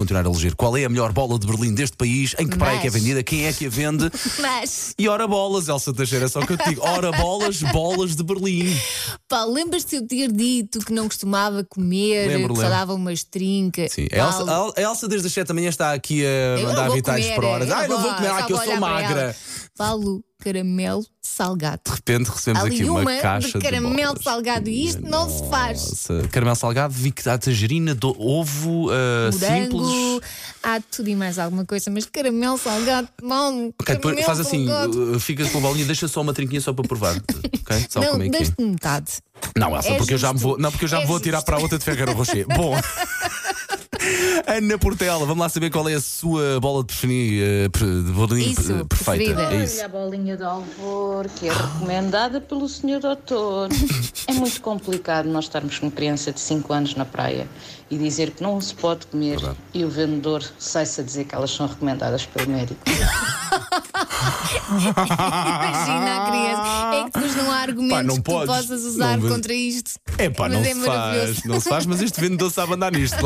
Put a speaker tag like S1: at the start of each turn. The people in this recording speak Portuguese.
S1: continuar a eleger. Qual é a melhor bola de Berlim deste país? Em que praia
S2: Mas-
S1: que é vendida? Quem é que a vende?
S2: Mas,
S1: E ora bolas, Elsa Teixeira, é só que eu te digo, ora bolas, bolas de Berlim.
S2: Paulo, lembras-te de eu ter dito que não costumava comer,
S1: Lembro,
S2: que
S1: lembro.
S2: só dava umas trincas?
S1: Sim, a Elsa, a El- a Elsa desde as 7 da manhã está aqui a
S2: Eu não
S1: mandar
S2: vou
S1: vitais
S2: comer,
S1: por horas.
S2: eu
S1: Ai, não vou comer,
S2: só
S1: ah, que eu
S2: vou
S1: sou
S2: olhar para
S1: magra.
S2: ela. Paulo, caramelo salgado.
S1: De repente recebemos
S2: Ali
S1: aqui uma,
S2: uma de
S1: caixa de
S2: caramelo
S1: bolas.
S2: salgado, e isto não se faz.
S1: Nossa, Caramelo salgado, vi que há tangerina, do, ovo, ah,
S2: Morango,
S1: simples.
S2: há tudo e mais alguma coisa, mas caramelo salgado, mano.
S1: Ok, depois
S2: caramelo
S1: faz assim,
S2: salgado.
S1: uh, ficas com a bolinha, deixa só uma trinquinha só para provar. ok? Só
S2: Não,
S1: como é que é.
S2: deixa-te metade.
S1: Não, Elsa,
S2: É
S1: porque eu já me
S2: justo.
S1: vou, não, porque eu já
S2: É
S1: me vou tirar
S2: justo.
S1: para a outra de Ferreira Rocher. Bom. Ana Portela, vamos lá saber qual é a sua bola de preferir, eh, pre- de bolinho
S2: Isso,
S1: pre- perfeita.
S2: preferida.
S1: É
S3: Olha
S1: isso.
S3: a bolinha de alvor, que é recomendada pelo senhor doutor. É muito complicado nós estarmos com criança de 5 anos na praia e dizer que não se pode comer
S1: Verdade.
S3: e o vendedor sai-se a dizer que elas são recomendadas pelo médico.
S2: Imagina a criança. É que depois não há argumentos
S1: não
S2: que
S1: podes.
S2: tu possas usar
S1: Não, mas-
S2: contra isto.
S1: Epá,
S2: mas
S1: não
S2: é
S1: se
S2: maravilhoso.
S1: faz, não se faz, mas este vendedor sabe andar nisto.